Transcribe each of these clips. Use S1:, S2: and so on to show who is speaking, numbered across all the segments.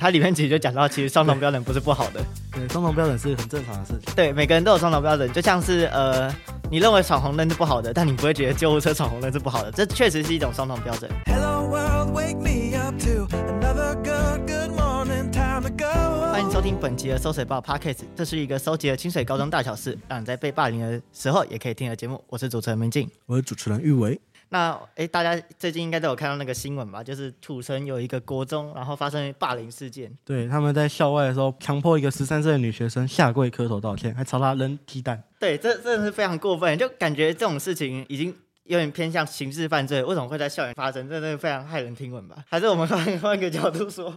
S1: 它里面其实就讲到，其实双重标准不是不好的，
S2: 对，双重标准是很正常的事情。
S1: 对，每个人都有双重标准，就像是呃，你认为闯红灯是不好的，但你不会觉得救护车闯红灯是不好的，这确实是一种双重标准。
S3: Hello world, wake me up to another good, good morning time to go.
S1: 欢迎收听本集的《搜水报》Podcast，这是一个收集了清水高中大小事，让你在被霸凌的时候也可以听的节目。我是主持人明静。
S2: 我是主持人玉维，
S1: 那诶，大家最近应该都有看到那个新闻吧？就是土城有一个国中，然后发生霸凌事件。
S2: 对，他们在校外的时候强迫一个十三岁的女学生下跪磕头道歉，还朝她扔鸡蛋。
S1: 对，这真的是非常过分，就感觉这种事情已经有点偏向刑事犯罪，为什么会在校园发生？这真的非常骇人听闻吧？还是我们换 换个角度说，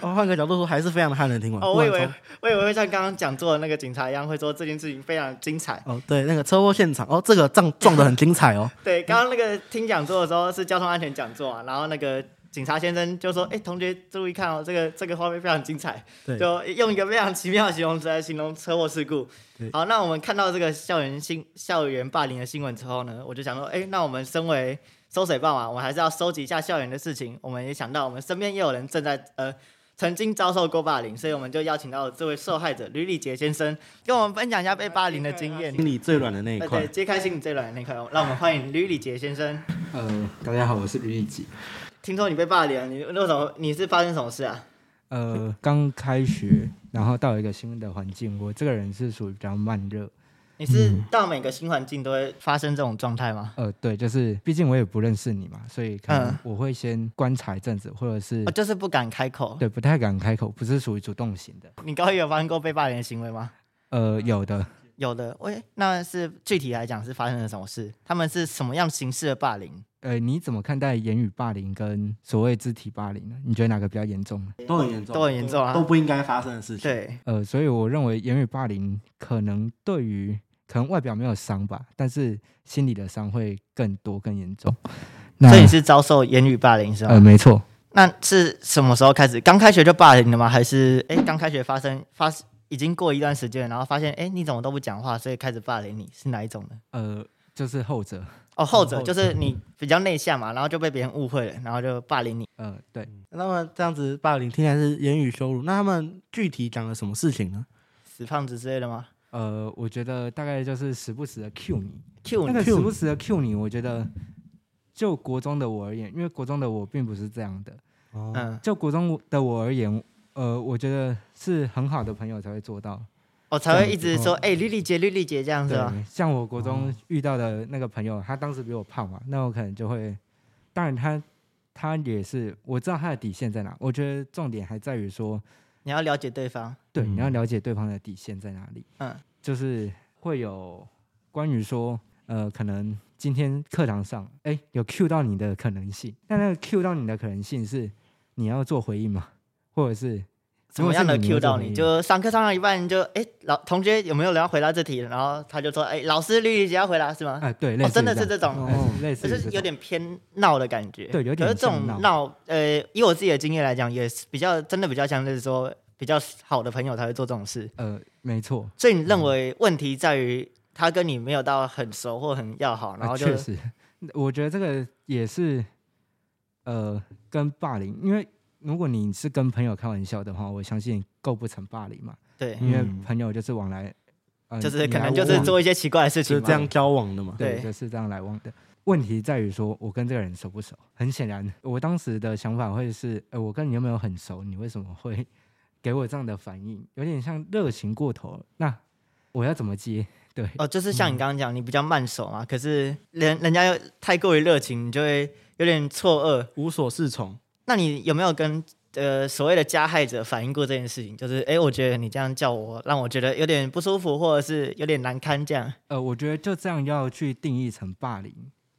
S2: 哦，换个角度说，还是非常的骇人听闻。
S1: 哦，
S2: 不
S1: 我以
S2: 然
S1: 为
S2: 从
S1: 我以为会像刚刚讲座的那个警察一样，会说这件事情非常精彩。
S2: 哦，对，那个车祸现场，哦，这个撞撞得很精彩哦。
S1: 对，刚刚那个听讲座的时候是交通安全讲座啊，然后那个警察先生就说：“哎，同学注意看哦，这个这个画面非常精彩。”
S2: 对
S1: 就用一个非常奇妙的形容词来形容车祸事故
S2: 对。
S1: 好，那我们看到这个校园新校园霸凌的新闻之后呢，我就想说，哎，那我们身为收水报嘛，我们还是要收集一下校园的事情。我们也想到，我们身边也有人正在呃。曾经遭受过霸凌，所以我们就邀请到这位受害者吕礼杰先生，跟我们分享一下被霸凌的经验。
S2: 心里最软的那一
S1: 对
S2: 块
S1: 对，，揭开心里最软的那一块，让我们欢迎吕礼杰先生。
S4: 呃，大家好，我是吕丽吉。
S1: 听说你被霸凌了，你那种你是发生什么事啊？
S4: 呃，刚开学，然后到一个新的环境，我这个人是属于比较慢热。
S1: 你是
S2: 嗯
S1: 到每个新环境都会发生这种状态吗？
S4: 呃，对，就是毕竟我也不认识你嘛，所以可能
S1: 嗯
S4: 我会先观察一阵子，或者是
S1: 我、就是不敢开口。
S4: 对不太敢开口，不是属于主动型的。
S1: 你高一有发生过被霸凌的行为吗？
S4: 呃，有的，
S1: 有的，喂，那是具体来讲是发生了什么事？他们是什么样形式的霸凌？
S4: 呃，你怎么看待言语霸凌跟所谓肢体霸凌呢？你觉得哪个比较严重呢？
S2: 都很严重，
S1: 都很严重啊
S2: 都不应该发生的事情。
S1: 对，
S4: 呃，所以我认为言语霸凌可能对于可能外表没有伤吧，但是心里的伤会更多更严重。那
S1: 所以你是遭受言语霸凌是吗？
S4: 呃，没错，
S1: 那是什么时候开始？刚开学就霸凌了吗？还是哎刚开学发生发已经过一段时间了，然后发现哎你怎么都不讲话，所以开始霸凌你是哪一种呢？
S4: 呃，就是后者，
S1: 哦，后者
S4: 后
S1: 就
S4: 者
S1: 是你比较内向嘛，然后就被别人误会了，然后就霸凌你。
S4: 呃，对，
S2: 那么这样子霸凌听起来是言语羞辱，那他们具体讲了什么事情呢？
S1: 死胖子之类的吗
S4: 呃，我觉得大概就是时不时的 cue 你，
S1: ？Q
S4: 那
S1: 你
S4: 个
S2: 嗯
S4: 时
S2: cue
S4: 不
S2: 你
S4: 时的 cue 你，我觉得就国中的我而言，因为国中的我并不是这样的，
S2: 哦，
S1: 嗯，
S4: 就国中的我而言，呃，我觉得是很好的朋友才会做到，
S2: 啊
S1: 我哦才会一直说，哎、绿绿姐，绿绿姐这样是吧？
S4: 对，像我国
S2: 哦
S4: 中遇到的那个朋友，他当时比我胖嘛，那我可能就会，当然他他也是我知道他的底线在哪，我觉得重点还在于说，
S1: 你要了解对方，
S4: 对，
S2: 嗯
S4: 你要了解对方的底线在哪里。
S1: 嗯，
S4: 就是会有关于说，呃，可能今天课堂上，哎，有 cue 到你的可能性，但那个 cue 到你的可能性是你要做回应吗？或者是
S1: 什么样的
S4: 如果是
S1: Q
S4: 你
S1: 到你？
S4: 你会怎么
S1: 就上课上到一半，你就哎、老同学有没有人要回答这题？然后他就说，哎、老师绿绿姐要回答是吗？哦
S4: 哎、对，类似于
S1: 真的是这种
S4: 样哎类似
S1: 就
S4: 于
S1: 是
S4: 这
S1: 有
S4: 种
S1: 点偏闹的感觉，
S4: 对有
S1: 可
S4: 点
S1: 是这种
S4: 像
S1: 闹，呃，以我自己的经验来讲，也是比较真的比较像是说比较好的朋友才会做这种事。
S4: 呃，没错，
S1: 所以你认为问题在于他跟你没有到很熟或很要好，然
S4: 啊
S1: 后就、
S4: 确实，我觉得这个也是，呃，跟霸凌，因为如果你是跟朋友开玩笑的话，我相信构不成霸凌嘛。
S1: 对，
S4: 因为
S2: 嗯
S4: 朋友就是往来，呃
S1: 就是
S4: 你
S1: 可
S4: 来
S1: 能
S4: 我
S1: 就是
S4: 往
S1: 做一些奇怪的事情
S2: 就是
S1: 嘛
S2: 这样交往的嘛。
S1: 对
S4: 对，就是这样来往的。问题在于说，我跟这个人熟不熟？很显然，我当时的想法会是，呃，我跟你有没有很熟？你为什么会 给我这样的反应？有点像热情过头了。那我要怎么接？对，
S1: 哦，就是像你刚刚讲，你比较慢手嘛，可是人人家又太过于热情，你就会有点错愕。
S2: 无所适从。
S1: 那你有没有跟呃所谓的加害者反映过这件事情？就是哎，诶我觉得你这样叫我，让我觉得有点不舒服，或者是有点难堪这样。
S4: 呃，我觉得就这样要去定义成霸凌。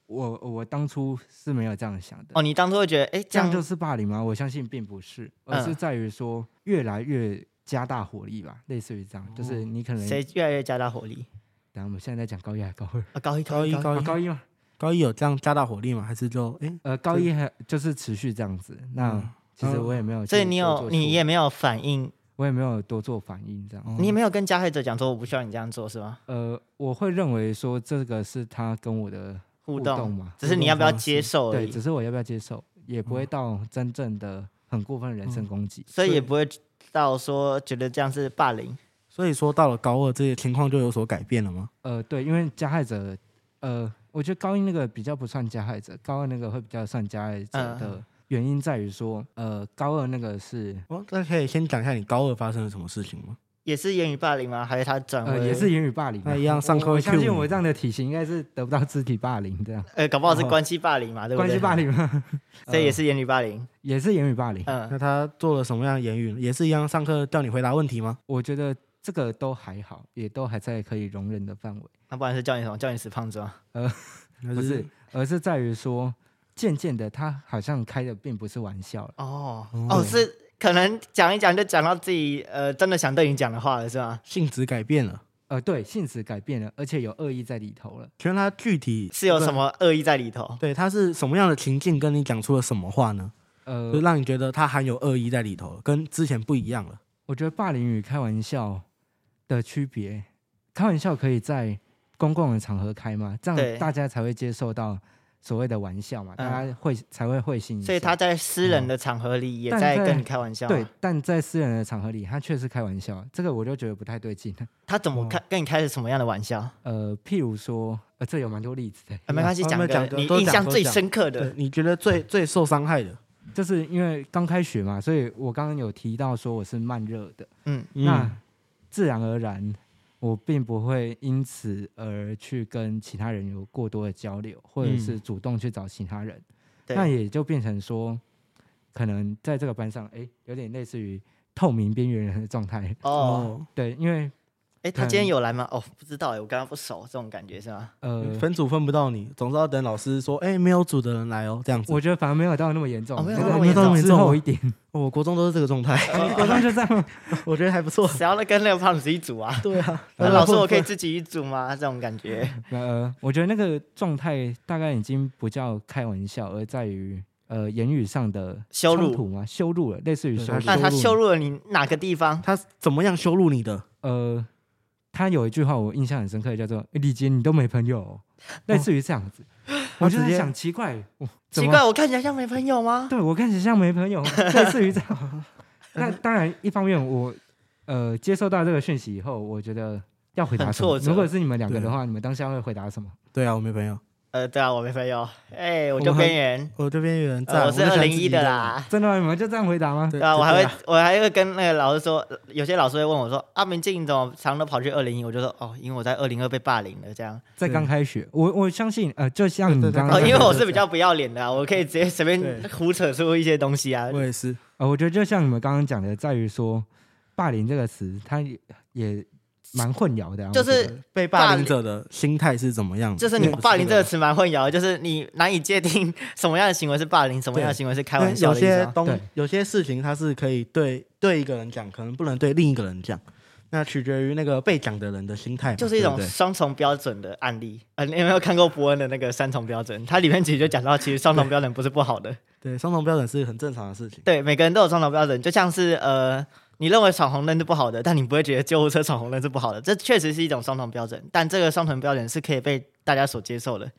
S4: 我我当初是没有这样想的。
S1: 哦，你当初会觉得哎这
S4: 这样
S1: 样
S4: 就是霸凌吗？我相信并不是，而是
S1: 嗯
S4: 在于说越来越加大火力吧，类似于这样，就是你可能。
S1: 哦谁越来越加大火力？
S4: 等下我们现在在讲高一还是高二？
S1: 啊，高一
S2: 高一
S1: 一
S2: 高
S4: 啊
S2: 一
S4: 高一吗？
S2: 高一有这样加大火力吗？还是就哎、
S4: 呃，高一还就是持续这样子。那
S2: 嗯
S4: 其实我也没有去多做处理，
S1: 所以你有你也没有反应，
S4: 我也没有多做反应
S2: 嗯
S4: 这
S2: 哦
S4: 样。
S1: 你也没有跟加害者讲说我不需要你这样做是吗？
S4: 呃，我会认为说这个是他跟我的
S1: 互
S4: 互
S1: 动
S4: 动嘛，
S1: 只是你要不要
S2: 互动方式
S1: 接受而
S4: 对，
S1: 已
S2: 嗯
S4: 只。是我要不要接受，也不会到真正的很过分的人身攻击。
S1: 所以也不会到说觉得这样是霸凌。
S2: 所以说到了高二，这些情况就有所改变了吗？
S4: 呃，对，因为加害者，呃，我觉得高一那个比较不算加害者，高二那个会比较算加害者
S1: 嗯
S4: 的原因在于说，呃，高二那个是
S2: 哦，那可以先讲一下你高二发生了什么事情吗？
S1: 也是言语霸凌吗？还是他转为、哎
S4: 呃也是言语霸凌啊，
S2: 那一样上课
S4: 我
S2: 会
S4: 我相
S2: cue
S4: 信
S2: 你
S4: 我这样的体型应该是得不到肢体霸凌这样，
S1: 呃，搞不好是
S4: 哦
S1: 关系霸凌嘛，对不
S4: 关
S1: 对？
S4: 系霸，凌嗯吗？ 呃
S1: 所以也是言语霸凌。
S4: 也是言语霸凌。
S1: 嗯，
S2: 那他做了什么样的言语？也是一样，上课叫你回答问题吗？
S4: 我觉得这个都还好，也都还在可以容忍的范围，
S1: 那不然是叫你什么？叫你死胖子吗？
S2: 还
S4: 不是，而是在于说，渐渐的他好像开的并不是玩笑了。
S1: 哦
S2: 哦
S1: 哦，是可能讲一讲就讲到自己呃真的想对你讲的话了，是吗？
S2: 性质改变了？
S4: 呃，对，性质改变了，而且有恶意在里头了。
S2: 请问他具体
S1: 是有什？么恶意在里头？
S2: 对，他是什么样的情境跟你讲出了什么话呢？
S4: 呃
S2: 就，让你觉得他含有恶意在里头，跟之前不一样了。
S4: 我觉得霸凌与开玩笑的区别，开玩笑可以在公共的场合开吗？这
S1: 对
S4: 样大家才会接受到所谓的玩笑嘛，
S1: 嗯
S4: 大家会才会会心一笑。
S1: 所以他啊在私人的场合里也在
S4: 但在
S1: 跟你开玩笑吗。
S4: 对，但在私人的场合里，他确实开玩笑，这个我就觉得不太对劲。
S1: 他怎么开跟你开了什么样的玩笑？
S4: 呃，譬如说，呃，这有蛮多例子的，
S1: 啊没关系，
S2: 哦
S1: 讲
S2: 那
S1: 一个
S2: 讲
S1: 你
S2: 都
S1: 印
S2: 讲
S1: 象
S2: 都
S1: 最
S2: 讲
S1: 深刻
S2: 对
S1: 的，。
S2: 你觉得最最受伤害的？
S4: 就是因为刚开学嘛，所以我刚刚有提到说我是慢热的，
S1: 嗯，
S4: 那自然而然，我并不会因此而去跟其他人有过多的交流，或者是主动去找其他人，
S1: 嗯对
S4: 那也就变成说，可能在这个班上，哎，有点类似于透明边缘人的状态，
S1: 哦，
S2: 哦，
S4: 对，因为
S1: 哎，他今天
S4: 嗯
S1: 有来吗？哦，不知道哎，我跟他不熟，这种感觉是吗？
S4: 呃，
S2: 分组分不到你，总是要等老师说，哎，没有组的人来哦，这样子。
S4: 我觉得反而没有到那么严重，
S1: 哦没有
S4: 这个
S1: 到那么严重哦
S4: 可能之后一点，
S2: 我国中都是这个状态，
S4: 国中就这样，
S2: 我觉得还不错。
S1: 谁要跟那个胖子一组啊？
S2: 对啊，
S1: 那 老师，我可以自己一组吗？这种感 觉，
S4: 呃，我觉得那个状态大概已经不叫开玩笑，而在于呃言语上的
S1: 羞辱
S4: 冲突嘛，羞辱了，类似于
S2: 对
S4: 羞
S2: 他
S4: 辱
S2: 羞。
S1: 那他羞辱了你哪个地方？
S2: 他怎么样羞辱你的？
S4: 呃，他有一句话我印象很深刻，叫做“李杰，你都没朋友哦、类似于这样子。我就
S2: 直
S4: 在
S2: 接
S4: 想，奇怪，我怎
S1: 奇
S4: 么
S1: 怪，我看起来像没朋友吗？
S4: 对我看起来像没朋友， 类似于这样。 那当然，一方面我呃接受到这个讯息以后，我觉得要回答
S1: 很
S4: 什么？
S1: 挫折
S4: 如果是你们两个的话，你们当下会回答什么？
S2: 对啊，我没朋友，
S1: 呃，对啊，我没朋友。哎，我
S2: 我
S1: 就
S2: 很
S1: 边缘，
S2: 我这边有人在，
S1: 呃我是
S2: 就
S1: 二
S2: 想
S1: 零
S2: 自
S1: 一
S2: 己
S1: 的。啦。
S4: 真的吗？你们就这样回答吗？
S2: 对
S1: 对啊，我还
S2: 对
S1: 会，我还会跟那个老师说，有些老师会问我说：“阿明静，你怎么常都跑去二零一？”我就说：“哦，因为我在二零二被霸凌了。”这样
S4: 在刚开学，我我相信，呃，就像你
S2: 对对
S4: 刚
S2: 对
S4: 刚
S1: 哦，
S4: 讲
S1: 因
S4: 的，
S1: 为我是比较不要脸的啊、我可以直接随便
S2: 对
S1: 胡扯出一些东西啊。
S2: 我也是，
S4: 呃，我觉得就像你们刚刚讲的，在于说“霸凌”这个词，它也也蛮混淆的、啊，
S1: 就
S4: 我觉
S1: 是
S4: 得
S2: 被霸凌者的心态是怎么样的？
S1: 就是你
S2: 因为
S1: 霸凌这个词蛮混淆的，就是你难以界定 什么样的行为是霸凌，什么样的
S2: 对
S1: 行为是开玩笑
S2: 有
S1: 的意思啊
S2: 些
S1: 吗。
S2: 东
S4: 对
S2: 有些事情，它是可以对对一个人讲，可能不能对另一个人讲，那取决于那个被讲的人的心态嘛，
S1: 就是一
S2: 对
S1: 种
S2: 不对
S1: 双重标准的案例。呃，你有没有看过伯恩的那个三重标准？它里面其实就讲到，其实双重标准不是不好的。
S2: 对双重标准是很正常的事情。
S1: 对，每个人都有双重标准，就像是呃，你认为闯红灯是不好的，但你不会觉得救护车闯红灯是不好的。这确实是一种双重标准，但这个双重标准是可以被大家所接受的。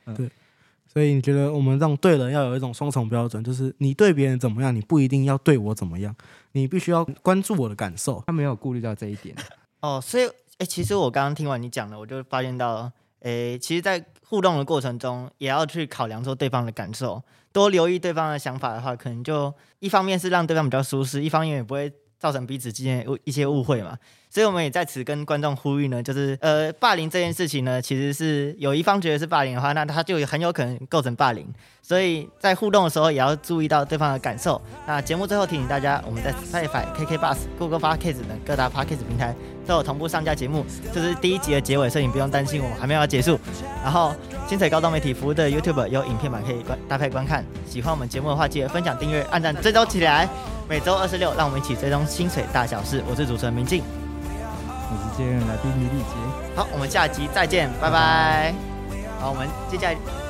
S2: 所以你觉得我们这种对人要有一种双重标准，就是你对别人怎么样，你不一定要对我怎么样，你必须要关注我的感受。
S4: 他没有顾虑到这一点。
S1: 哦，所以哎、诶其实我刚刚听完你讲的，我就发现到，哎、其实，在互动的过程中，也要去考量说对方的感受，多留意对方的想法的话，可能就一方面是让对方比较舒适，一方面也不会造成彼此之间的误一些误会嘛。所以我们也在此跟观众呼吁呢，就是呃，霸凌这件事情呢，其实是有一方觉得是霸凌的话，那他就很有可能构成霸凌。所以在互动的时候，也要注意到对方的感受。那节目最后提醒大家，我们在 Spotify、KK Bus、Google Podcast 等各大 Podcast 平台都有同步上架节目。这是第一集的结尾，所以你不用担心，我们还没有要结束。然后，精彩高端媒体服务的 YouTube 有影片版可以观搭配观看。喜欢我们节目的话，记得分享、订阅、按赞、追踪起来。每周二十六，让我们一起追踪薪水大小事。我是主持人明静，
S4: 我是今天的来宾李丽杰。
S1: 好，我们下集再见，拜拜。好，我们接下来